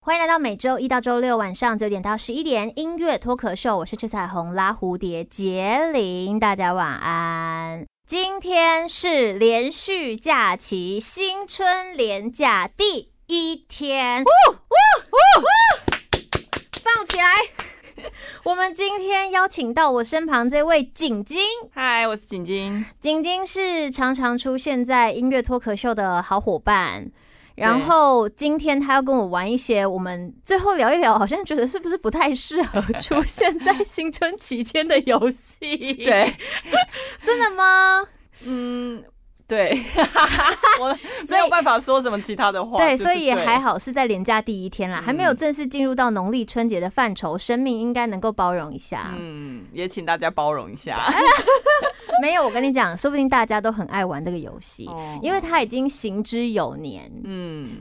欢迎来到每周一到周六晚上九点到十一点音乐脱口秀，我是赤彩虹拉蝴蝶杰林，大家晚安。今天是连续假期新春连假第一天，呜呜呜，放起来！ 我们今天邀请到我身旁这位景晶，嗨，我是景 晶。晶晶是常常出现在音乐脱口秀的好伙伴。然后今天他要跟我玩一些，我们最后聊一聊，好像觉得是不是不太适合出现在新春期间的游戏？， 对，真的吗？嗯，对， 我没有办法说什么其他的话。对，就是所以也还好是在连假第一天啦，还没有正式进入到农历春节的范畴，生命应该能够包容一下。嗯，也请大家包容一下。 没有，我跟你讲，说不定大家都很爱玩这个游戏，哦因为它已经行之有年。嗯，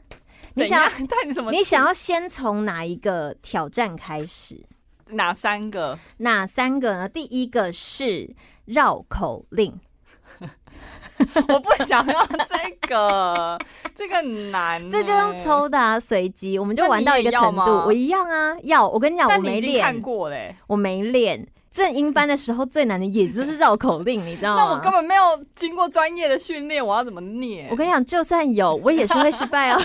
你想要怎样 带你什么？你想要先从哪一个挑战开始？哪三个？哪三个呢？第一个是绕口令，我不想要这个，这个很难欸。 这就用抽的啊，随机，我们就那你玩到一个也程要度。吗我一样啊，要我跟你讲，我但你没已经看练，过嘞，我没练。正音班的时候最难的也就是绕口令，你知道吗？ 那我根本没有经过专业的训练，我要怎么念？我跟你讲，就算有，我也是会失 败哦。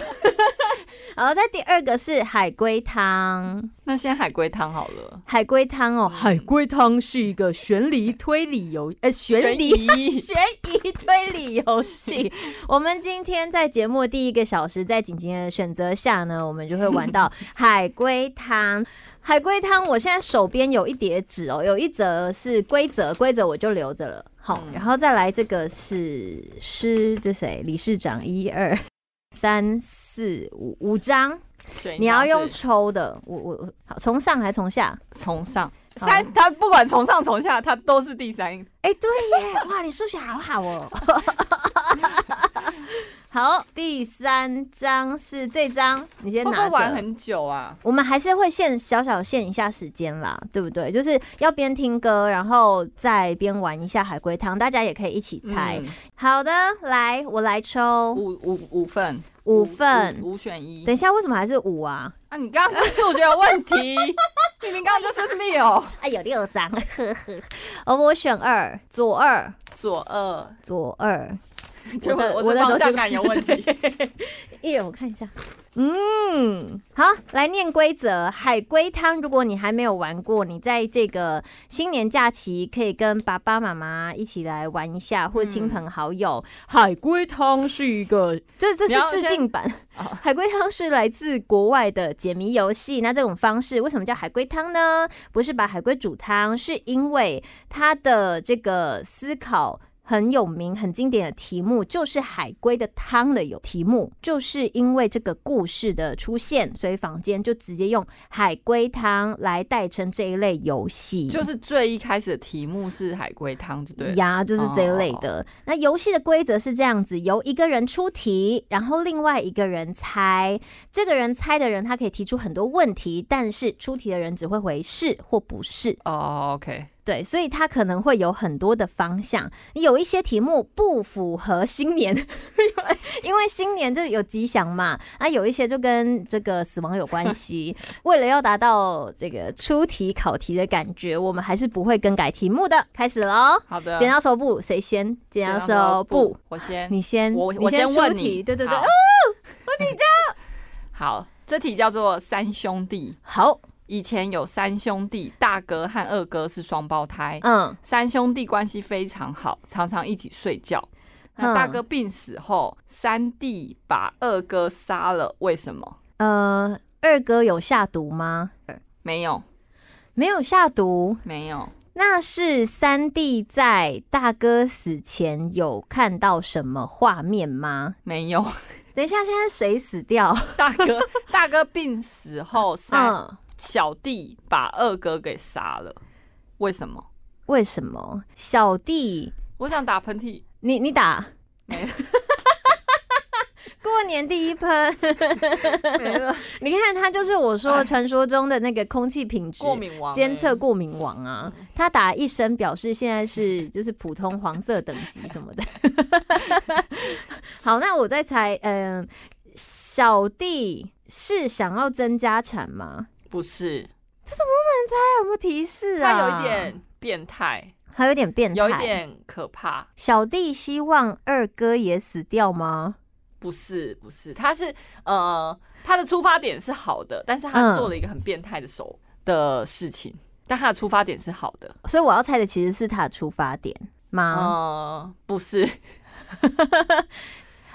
好，在第二个是海龟汤，那先海龟汤好了，海龟汤哦，嗯海龟汤是一个悬疑推理游，呃，悬疑 疑悬疑推理游戏。我们今天在节目第一个小时，在景景的选择下呢，我们就会玩到海龟汤。海龟汤，我现在手边有一叠纸哦，有一则是规则，规则我就留着了。好，嗯然后再来这个是诗，这谁？理事长一二三四五五张，选一你要张用是抽的。我我我好，从上还从下？从上好三，他不管从上从下，他都是第三哎、对耶！哇，你数学好好哦。好，第三张是这张，你先会不拿会玩着。很久啊？我们还是会限小小限一下时间啦，对不对？就是要边听歌，然后再边玩一下海龟汤，大家也可以一起猜。嗯好的，来，我来抽五五五份，哦五份。五五选一等。一下，为什么还是五啊？啊，你刚刚就是数学有 问题，明明刚刚就是六哎，有六张，呵呵。哦，我选二，左二，左 二，左二，结果我我的的我的方向感有问题。一人我看一下。嗯，好，来念规则。海龟汤，如果你还没有玩过，你在这个新年假期可以跟爸爸妈妈一起来玩一下，或者亲朋好友。嗯海龟汤是一个，这这你是要致先敬版。啊海龟汤是来自国外的解谜游戏。那这种方式为什么叫海龟汤呢？不是把海龟煮汤，是因为它的这个思考。很有名、很经典的题目就是海龟的汤的有题目，就是因为这个故事的出现，所以坊间就直接用海龟汤来代称这一类游戏。就是最一开始的题目是海龟汤，就对了。哦呀，就是这一类的。那游戏的规则是这样子：由一个人出题，然后另外一个人猜。这个人猜的人，他可以提出很多问题，但是出题的人只会回是或不是。哦，OK，对，所以他可能会有很多的方向。有一些题目不符合新年，因为新年就是有吉祥嘛，啊，有一些就跟这个死亡有 关系。为了要达到这个出题考题的感觉，我们还是不会更改题目的。开始喽！好的。剪刀手布谁先？剪刀嗯剪刀手布，，我先，你先，我你我先出问题你，对对对哦好， 好，这题叫做三兄弟。哦好，以前有三兄弟，大哥和二哥是双胞胎，嗯，三兄弟关系非常好，常常一起睡觉。那嗯大哥病死后，三弟把二哥杀了，为什么？呃，二哥有下毒吗？没有，没有下毒，没有，那是三弟在大哥死前有看到什么画面吗？没有。 等一下，现在谁死掉？大哥，大哥病死后，三、嗯，小弟把二哥给杀了，为什么？为什么小弟？我想打喷嚏。你你 打没了。过年第一喷，没了，你看他就是我说传说中的那个空气品质 哎过敏王、欸监测过敏王啊，嗯他打一声表示现在 是就是普通黄色等级什么的。好，那我再猜，嗯、小弟是想要争家产吗？不是，哎他有没有提示啊？他有一，点变态，他有点变态，有一。点可怕。小弟希望二哥也死掉吗？不是，不是，他是呃，他的出发点是好的，但是他嗯做了一个很变态的手的事情，但他的出发点是好的。所以我要猜的其实是他的出发点吗？呃，不是，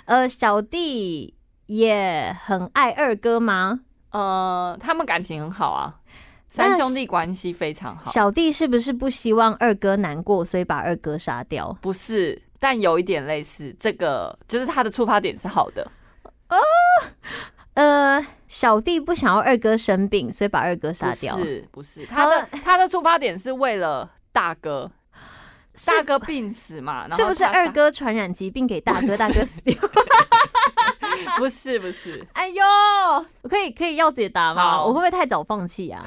呃，小弟也很爱二哥吗？呃，他们感情很好啊，那三是兄弟关系非常好。小弟是不是不希望二哥难过，所以把二哥杀掉？不是，但有一点类似，这个就是他的出发点是好的，呃，小弟不想要二哥生病，所以把二哥杀不掉。是不是，他的他的出发点是为了大哥，是大哥病死嘛，然后是不是他杀二？哥传染疾病给大不哥， 是大哥死掉？ 不是不是，哎呦，可以可以要解答吗？好我会不会太早放弃啊？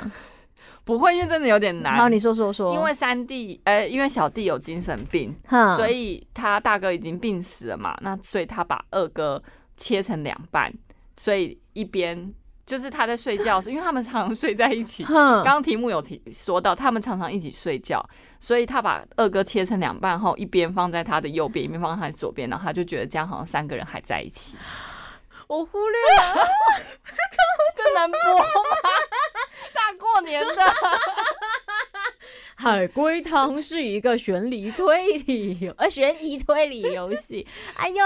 不会，因为真的有点好，难。你说说说。因为三弟，呃，因为小弟有精神病，哼，所以他大哥已经病死了嘛，那所以他把二哥切成两半，所以一边就是他在睡觉的时候，因为他们常常睡在一起，哼，刚刚题目有提说到，他们常常一起睡觉，所以他把二哥切成两半后，一边放在他的右边，一边放在他的左边，然后他就觉得这样好像三个人还在一起。我忽略了，这能播吗？ 大过年 的，海龟汤是一个悬疑推理游，呃，悬疑推理游戏。哎呦，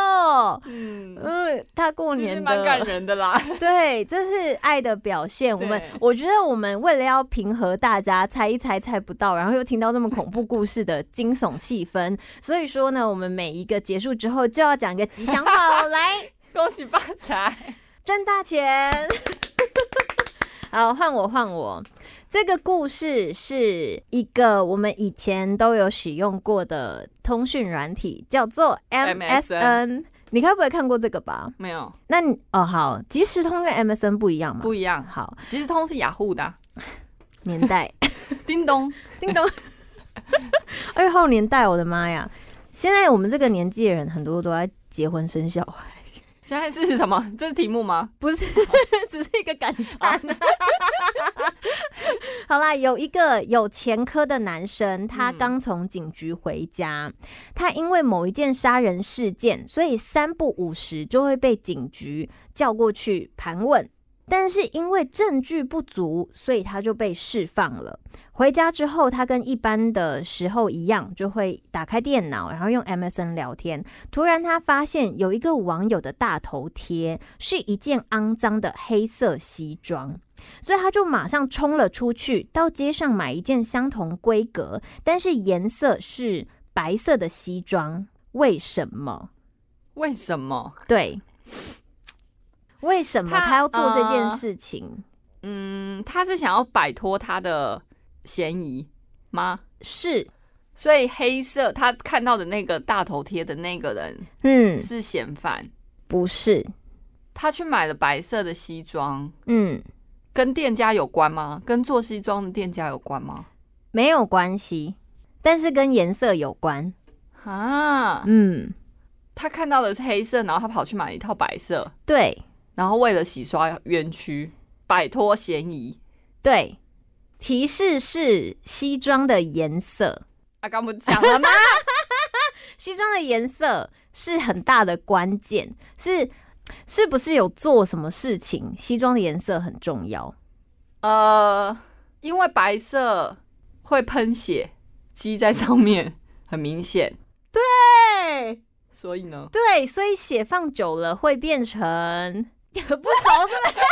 嗯，嗯，他过其实年蛮感的，人的啦。 对，这是爱的表现。我们对我觉得我们为了要平和大家，猜一猜猜不到，然后又听到这么恐怖故事的惊悚气氛，所以说呢，我们每一个结束之后就要讲一个吉祥 话哦，来。恭喜发财！赚大钱。好，换我换我。这个故事是一个我们以前都有使用过的通讯软体，叫做 MSN。你该不会看过这个吧？没有那你哦好，即时通跟 MSN 不一样嘛？不一样，好，其实通是雅虎的啊、年代，叮咚， 叮咚，二号年代，我的妈呀！现在我们这个年纪的人，很多都在结婚生小孩，现在是什么？ 这是题目吗？不是， 只是一个感叹。 好啦，有一个有前科的男生，他嗯刚从警局回家，他因为某一件杀人事件，所以三不五时就会被警局叫过去盘问。但是因为证据不足，所以他就被释放了。回家之后，他跟一般的时候一样，就会打开电脑，然后用 MSN 聊天。突然，他发现有一个网友的大头贴是一件肮脏的黑色西装，所以他就马上冲了出去，到街上买一件相同规格，但是颜色是白色的西装。为什么？为什么？对，为什么他他要做这件呃事情？嗯，他是想要摆脱他的嫌疑吗？是，所以黑色他看到的那个大头贴的那个人嗯，是嫌犯，不是，他去买了白色的西装，嗯，跟店家有关吗？跟做西装的店家有关吗？没有关系，但是跟颜色有关。啊，嗯，他看到的是黑色，然后他跑去买了一套白色，对然后为了洗刷冤屈，摆脱嫌疑。对，提示是西装的颜色，啊，刚不讲了吗？西装的颜色是很大的关键，是是不是有做什么事情？西装的颜色很重要。呃，因为白色会喷血，积在上面很明显，对。所以呢，哎对，所以血放久了会变成 不熟是不是？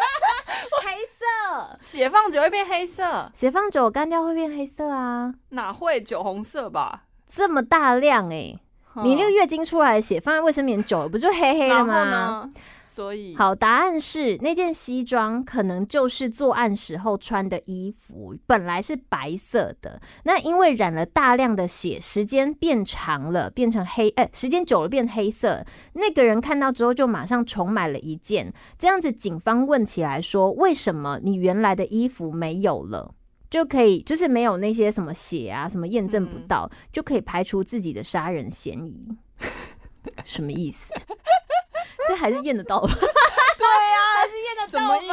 黑色，血放久会变黑色，血放久干掉会变黑色啊，哪会酒红色吧？这么大量哎、你嗯那个月经出来的血放在卫生棉久了，不就黑黑了然后吗？呢？所以好，答案是那件西装可能就是作案时候穿的衣服，本来是白色的，那因为染了大量的血，时间变长了，变成黑，哎、时间久了变黑色。那个人看到之后就马上重买了一件，这样子警方问起来说，为什么你原来的衣服没有了？就可以，就是没有那些什么血啊，什么验证不嗯到，就可以排除自己的杀人嫌疑。什么意思？ 这还是验得到吧？什么意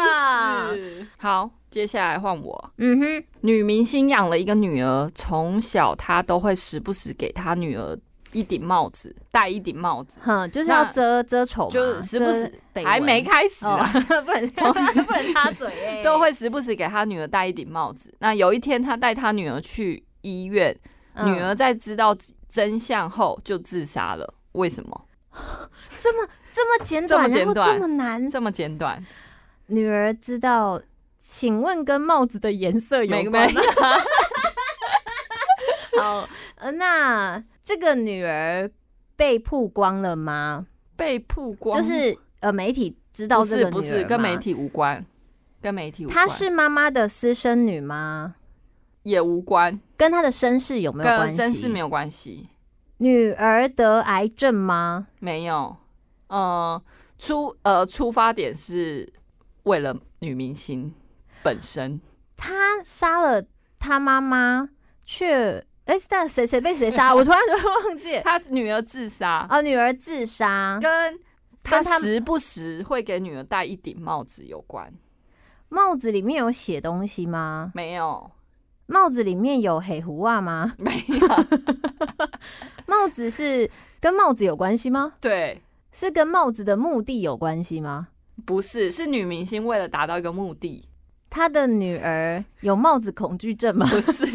思？好，接下来换我。嗯哼，女明星养了一个女儿，从小她都会时不时给她女儿一顶帽子，戴一顶帽子，哼，就是要那遮遮丑嘛，就是时不时遮北还文没开始哦啊，不能 从不能插 嘴耶都会时不时给她女儿戴一顶帽子。那有一天，她带她女儿去医院，嗯女儿在知道真相后就自杀了。为什么这么这么简这么短，然后简短这么难，这么简短？女儿知道，请问跟帽子的颜色每有个关没吗？ 好，呃，那这个女儿被曝光了吗？被曝光，就是呃，媒体知道不这是个不女是儿跟吗媒，体无关，跟媒体无关，她是妈妈的私生女吗？也无关，跟她的身世有没有关跟系？身世没有关系，女儿得癌症吗？没有。呃，出呃出发点是为了女明星本身，她杀了她妈妈，却哎，但谁谁被谁杀？ 我突然就忘记了她女儿自杀，哦，女儿自杀，跟她跟她啊时不时会给女儿戴一顶帽子有关，帽子里面有写东西吗？没有帽子里面有黑胡袜吗？ 没有，帽子是跟帽子有关系吗？对，是跟帽子的目的有关系吗？不是是女明星为了达到一个目 的，他的女儿有帽子恐惧症吗？不是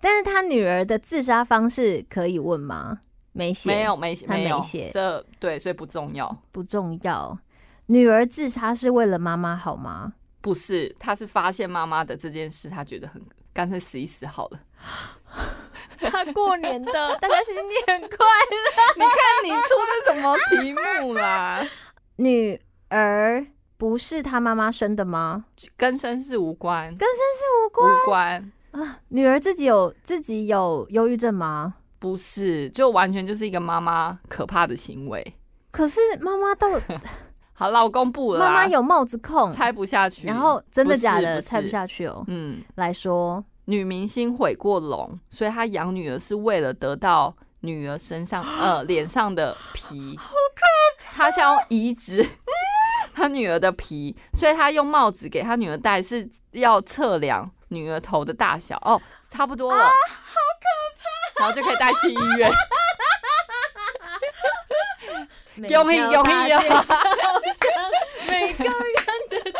但是他女儿的自杀方式可以问吗？没写，没有没她没有写这对，所以不重要。不重要。女儿自杀是为了妈妈好吗？不是，他是发现妈妈的这件事，他觉得很干脆死一死好了。他过年 的，大家新年快。你哎看你出的什么题目啦？女儿不是他妈妈生的吗？ 跟身世无关，跟身世无关，无关，女儿自己有自己有忧郁症吗？不是，就完全就是一个妈妈可怕的行为。可是妈妈 到好啦，我公布了啦，妈妈有帽子控，猜不下去，然后真的不是假的是猜不下去哦。嗯，来说，女明星毁过容，所以她养女儿是为了得到女儿身 上呃脸上的皮，好可怕！她想要移 植她女儿的皮，所以她用帽子给她女儿戴，是要测量女儿头的大小哦，差不多了，好可怕！然后就可以带去医 院。用力啊用力用力每条大街小巷 每个人的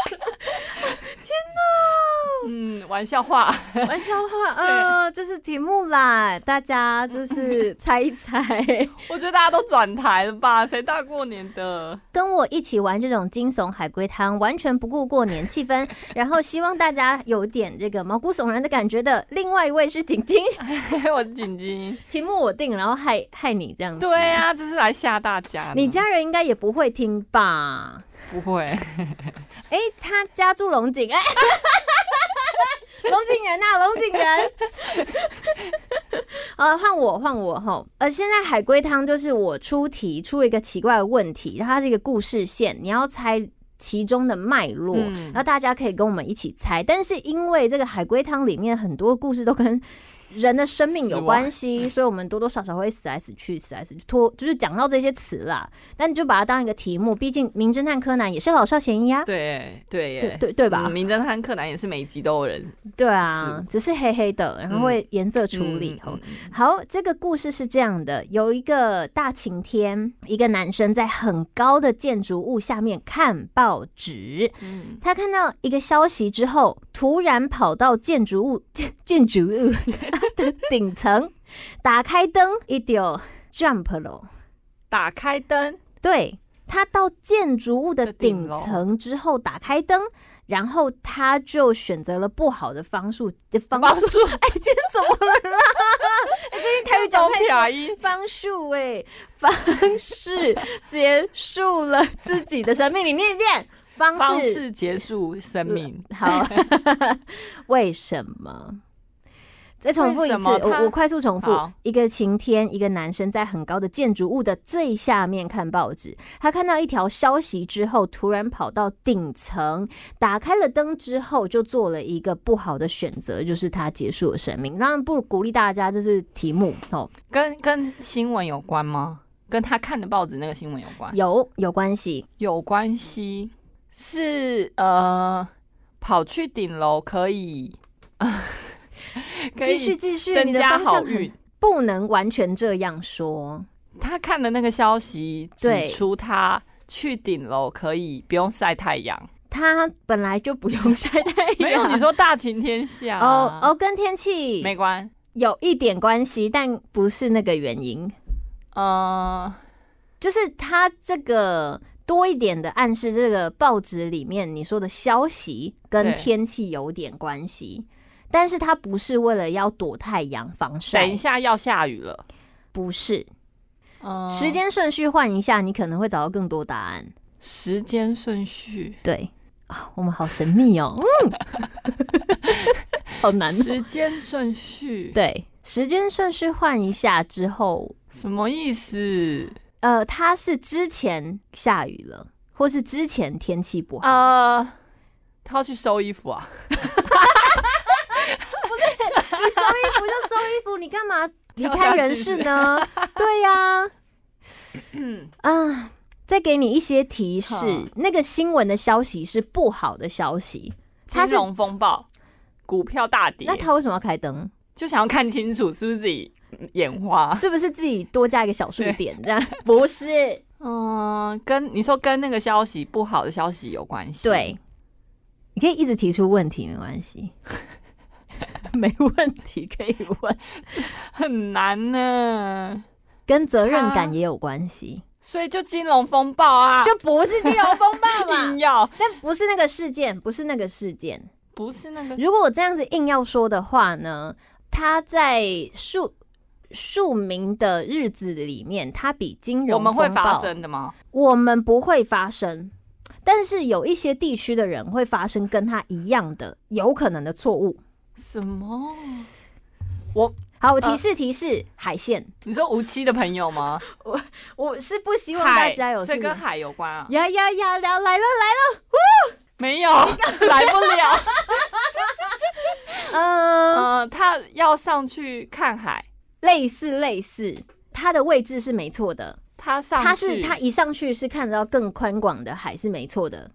嗯，玩笑话，玩笑话，哎 呃，这是题目啦，大家就是猜一猜。 我觉得大家都转台了吧？谁大过年的？跟我一起玩这种惊悚海龟汤，完全不顾过年气氛，然后希望大家有点这个毛骨悚然的感觉的。另外一位是景晶， 我是紧晶。题目我定，然后害害你这样子。 对啊，就是来吓大家的。你家人应该也不会听吧？不会？哎、他家住龙井，哎、龙井人呐、龙井人。呃，换我，换我吼。呃，现在海龟汤就是我出题，出了一个奇怪的问题，它是一个故事线，你要猜其中的脉络，嗯然后大家可以跟我们一起猜。但是因为这个海龟汤里面很多故事都跟人的生命有关系，所以我们多多少少会死来死去，死来死去，拖就是讲到这些词啦。但你就把它当一个题目，毕竟《名侦探柯南》也是老少咸宜啊。 对对耶对对对吧嗯？名侦探柯南也是每一集都有人对啊，只是黑黑的，然后嗯会颜色处理。哦嗯嗯嗯嗯好，这个故事是这样的：有一个大晴天，一个男生在很高的建筑物下面看报纸。嗯他看到一个消息之后，突然跑到建筑物 建筑物的顶层，打开灯，一丢 jump 了。打开灯，对他到建筑物的的顶顶楼层之后打开灯，然后他就选择了不好的方术方方术。 哎，今天怎么了啦？哎，最近台语讲高太撇音，方术哎，方式结束了自己的生命。你念一遍，方方式式结束生命。好， 为什么？再重复一为什次，么他我我快速重复好：一个晴天，一个男生在很高的建筑物的最下面看报纸。他看到一条消息之后，突然跑到顶层，打开了灯之后，就做了一个不好的选择，就是他结束了生命。当然不鼓励大家，这是题目哦。跟跟新闻有关吗？跟他看的报纸那个新闻有关，有有关系，有关系是呃，跑去顶楼可以， 可继以续继续，增你的加方向好很运。不能完全这样说，他看的那个消息对指出，他去顶楼可以不用晒太阳。他本来就不用 晒太阳。 没有，你说大晴天下啊哦啊哦，跟天气没关。有一点关系，但不是那个原因，嗯，就是他这个多一点的暗示，这个报纸里面你说的消息跟对天气有点关系，但是他不是为了要躲太阳防晒等一，下要下雨了。不是。嗯，时间顺序换一下，你可能会找到更多答案。时间顺序，对啊，我们好神秘 哦，嗯， 好难哦。时间顺序，， 对，时间顺序换一下之后，什么意思？呃，它是之前下雨了，或是之前天气不好。呃，他要去收衣服啊？你收衣服就收衣服，你干 嘛离开人世呢？对呀、 啊，再给你一些提示嗯好，那个新闻的消息是不好的消息，金他是融风暴，股票大跌那，他为什么要开灯？就想要看清楚是不是自己眼 花。是不是自己多加一个小数点这样？ 不是，嗯，跟你说跟那个消息不好的消息有关 系。对，，你可以一直提出问题，没关 系，没问题可以问，很难呢。跟责任他感也有关系，所以就金融风暴啊， 就不是金融风暴硬嘛，要但不是那个事件，不是那个事件。不是那个如果我这样子硬要说的话呢，他在庶庶民的日子里面，它比金我融们会风发暴生的吗？我们不会发生，但是有一些地区的人会发生跟他一样的有可能的错误。什么？好，我提示提示、海鲜，你说无期的朋友吗？我是不希望大海，家有所以这跟个。海有关啊？呀呀呀！聊来了没有， 来不了。 来了，嗯、嗯，他要上去看海，类似类似，它的位置是没错的，他上去它是它一上去是看得到更宽广的海是没错的，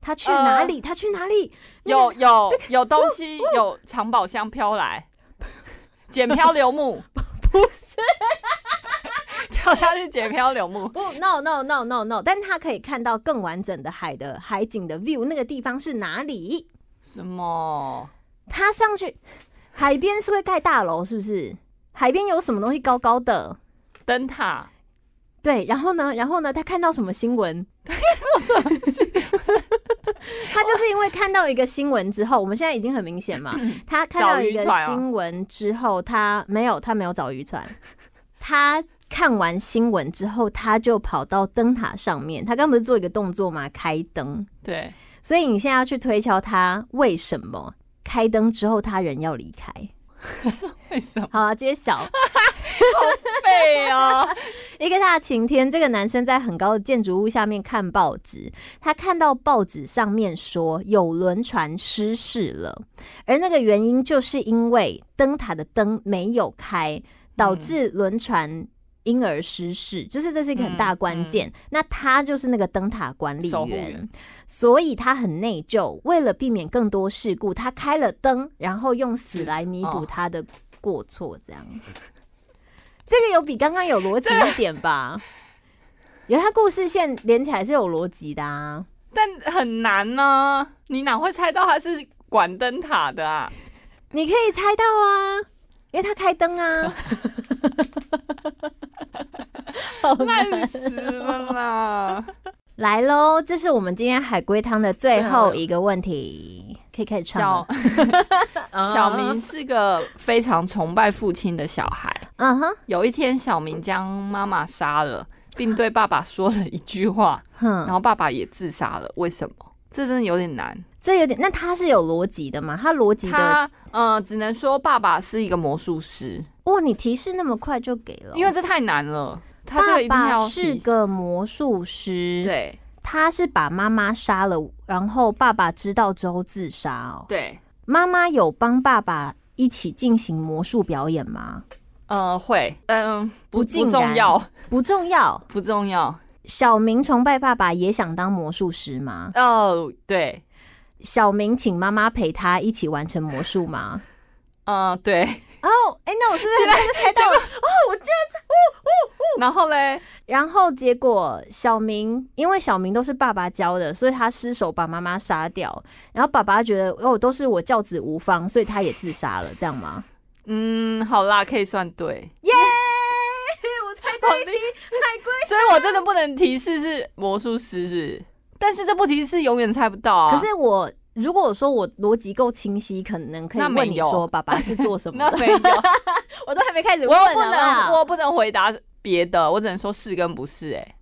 它去哪里？它、去哪里？那有有有东西有藏宝箱飘 来，捡漂流木不是 跳下去捡漂流木，不，no no no no no，但它可以看到更完整的海的海景的 view，那个地方是哪里？什么？它上去海边是会盖大楼，是不是？海边有什么东西高高的？灯塔，对，然后呢，然后呢，他看到什么新闻？ 他就是因为看到一个新闻之后，我们现在已经很明显嘛，他看到一个找渔船啊新闻之后，他没有，他没有找渔船，他看完新闻之后，他就跑到灯塔上面，他刚不是做一个动作嘛，开灯，对，所以你现在要去推敲他为什么开灯之后他人要离开。为什么好、啊，揭晓。背哦？一个大晴天，这个男生在很高的建筑物下面看报纸，他看到报纸上面说有轮船失事了，而那个原因就是因为灯塔的灯没有开，嗯导致轮船。因而失事，就是这是一个很大的关键。那他就是那个灯塔管理嗯守护员，员所以他很内疚。为了避免更多事故，他开了灯，然后用死来弥补哦他的过错。这 样，这个有比刚刚有逻辑一点吧？因为他故事线连起来是有逻辑的啊。但很难呢，你哪会猜到他是管灯塔的啊？你可以猜到啊，因为他开灯啊。好烂死了啦！来喽，这是我们今天海龟汤的最后一个问题，可以开始唱 小了。嗯小明是个非常崇拜父亲的小孩。嗯哼，有一天，小明将妈妈杀了，并对爸爸说了一句话，然哼，后爸爸也自杀了。为什么？这真的有点难。这有点，那他是有逻辑的嘛？他逻辑的，他呃，只能说爸爸是一个魔术师，哇，你提示那么快就给了哦，因为这太难了。他这个爸一定要爸是提个魔术师，，对他是把妈妈杀了，然后爸爸知道之后自杀哦。对，妈妈有帮爸爸一起进行魔术表演吗？呃，会，嗯，不不尽不重然要，不重要。不重要。小明崇拜爸爸，也想当魔术师吗？哦，对，小明请妈妈陪他一起完成魔术 吗？嗯，对。哦，哎，那我是不是很快就猜到了？哦然后嘞，然后结果小明，因为小明都是爸爸教的，所以他失手把妈妈杀掉。然后爸爸觉得哦，都是我教子无方，所以他也自杀了，这样吗？嗯，好啦，可以算对。耶、 我猜好厉所以我真的不能提示是魔术师是不是，但是这不提示永远猜不到啊。可是我如果我说我逻辑够清晰，可能可以那没问你有说爸爸是做什么 那的？没有，我都还没开始我问啊又不好能，啊好我不能回答别的，我只能说是跟不是、欸。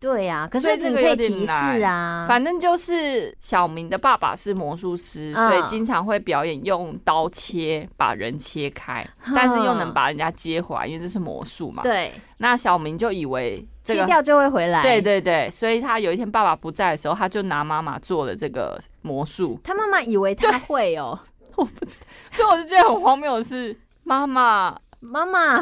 对呀、可所是以这你个可以有点提示啊。反正就是小明的爸爸是魔术师，嗯所以经常会表演用刀切把人切开，但是又能把人家接回来，因为这是魔术嘛。对，那小明就以为这切个。掉就会回来。对对对，所以他有一天爸爸不在的时候，他就拿妈妈做的这个魔术， 他妈妈以为他会哦、所以我就觉得很荒谬的是，妈 妈，妈 妈，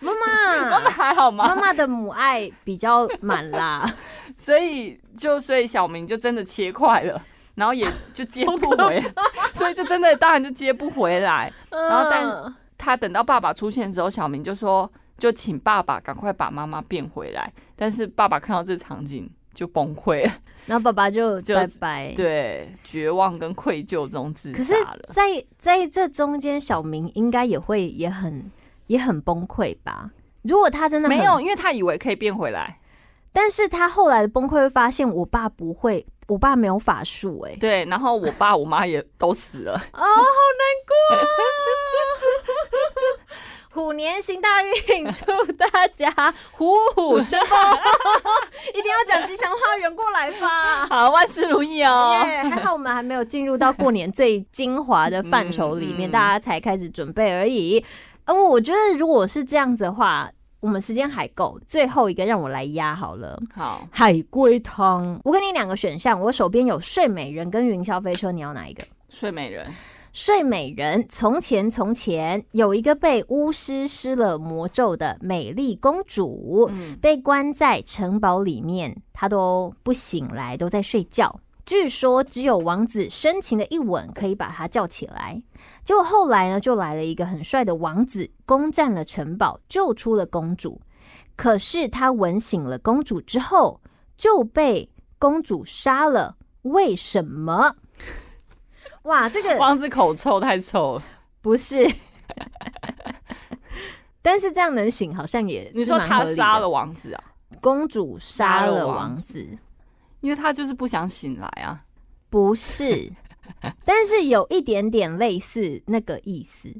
妈妈妈妈，还好妈吗？妈的母爱比较满 啦。所以就所以小明就真的切块了，然后也就接不回来， 所以就真的当然就接不回来。然后但他等到爸爸出现的时候，小明就说：“就请爸爸赶快把妈妈变回来。”但是爸爸看到这场景就崩溃了，然后爸爸就就拜拜。对，绝望跟愧疚中自可是杀了。在在这中间，小明应该也会也很也很崩溃吧？如果他真的很没有，，因为他以为可以变回来。但是他后来的崩溃会发现，我爸不会，我爸没有法术、哎，对，然后我爸我妈也都死 了。哦，好难过、啊。虎年行大运，祝大家虎虎生 风！一定要讲吉祥话圆过来吧。好，万事如意哦。耶还好我们还没有进入到过年最精华的范畴里面，嗯嗯大家才开始准备而已。哦，我觉得如果是这样子的话，我们时间还够。最后一个让我来压好了。好，海龟汤，我给你两个选项，我手边有睡美人跟云霄飞车，你要哪一个？睡美人。睡美人，从前从前有一个被巫师施了魔咒的美丽公主，嗯，被关在城堡里面，她都不醒来，都在睡觉。据说只有王子深情的一吻可以把她叫起来。结果后来呢，就来了一个很帅的王子，攻占了城堡，救出了公主。可是他吻醒了公主之后，就被公主杀了。为什么？哇，这个王子口臭太臭了。不是。 但是这样能醒，好像也是你说蛮他合理的杀了王子啊？公主杀了王子，因为他就是不想醒来啊。不 是，但是有一点点类似那个意思，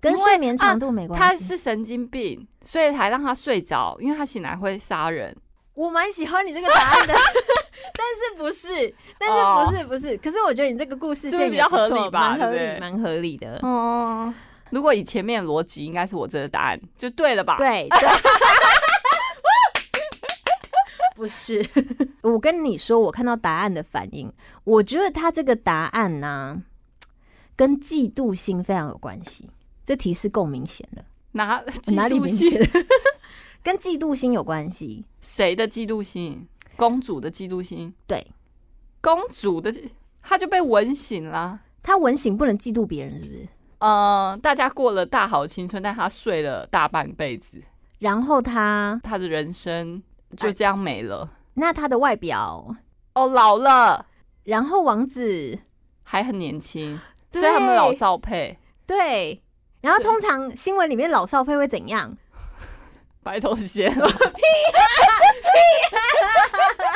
跟因为睡眠长度没他关系。是神经病，所以才让他睡着，因为他醒来会杀人。我蛮喜欢你这个答 案的，但是不是，但是不是不是，哦可是我觉得你这个故事是不是线比也较不错合理吧蛮合对不理，对蛮合理的。嗯哦，如果以前面的逻辑，应该是我这个答案就对了吧？，对 对。不是，我跟你说，我看到答案的反应，我觉得他这个答案呢、跟嫉妒心非常有关系。这提示够明显了，哪哪嫉里妒明心？显？ 跟嫉妒心有关系。谁的嫉妒心？公主的嫉妒心？对公主的，她就被吻醒啦。他吻醒不能嫉妒别人，是不是？呃，大家过了大好青春，但她睡了大半辈子，然后他，她的人生就这样没了。那他的外表，哦，老了然后王子，还很年轻，对所以他们老少配，对，然后通常新闻里面老少配会怎样？白头偕老。 屁、啊！屁、啊！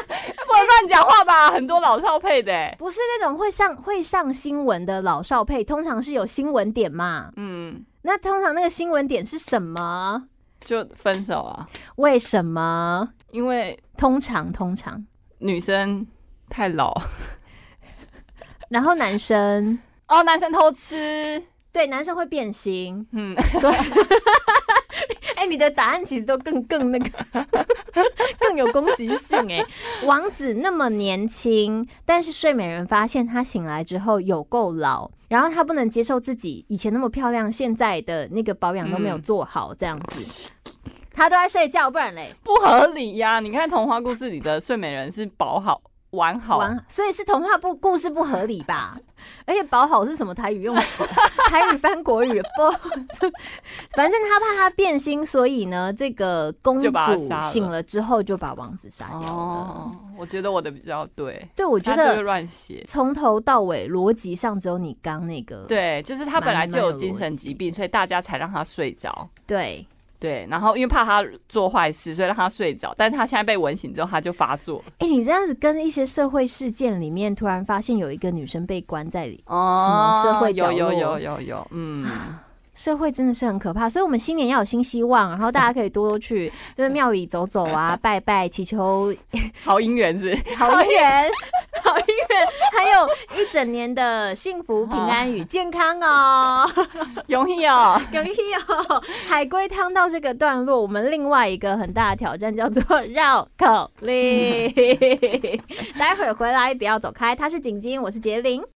不 能乱讲话吧？很多老少配的、欸。不是那种会上会上新闻的老少配，通常是有新闻点嘛？嗯，那通常那个新闻点是什么？就分手啊，为什么？因为通常通常，女生太老然后男生哦，男生偷吃， 对男生会变形，嗯，所以哎、哎、你的答案其实都更更那个，更有攻击性哎、王子那么年轻，但是睡美人发现他醒来之后有够老，然后他不能接受自己以前那么漂亮，现在的那个保养都没有嗯做好，这样子。他都在睡觉，不然嘞，不合理呀、你看童话故事里的睡美人是保好玩好，完，所以是童话不故事不合理 吧？而且保好是什么台语用词 啊？台语翻国语不？ 反正他怕他变心，所以呢，这个公就把他主杀了醒了之后就把王子杀掉了。哦，我觉得我的比较对，对，我我觉这个得乱写。从头到尾逻辑上只有你刚那个对，就是他本来就有精神疾蛮蛮有病，所以大家才让他睡着。对对，然后因为怕他做坏事，所以让他睡着。但是他现在被吻醒之后，他就发作。哎、你这样子跟一些社会事件里面突然发现有一个女生被关在里，哦么社会角有落有有有有，嗯， 社会真的是很可怕，所以我们新年要有新希望，然后大家可以多多去就是庙里走走 啊，拜拜，祈求好姻缘是好姻缘，好姻缘， 还有一整年的幸福、平安与健康哦。 容易哦。容易哦。海龟汤到这个段落，我们另外一个很大的挑战叫做绕口令。待会儿回来不要走开，他是景晶，我是杰林。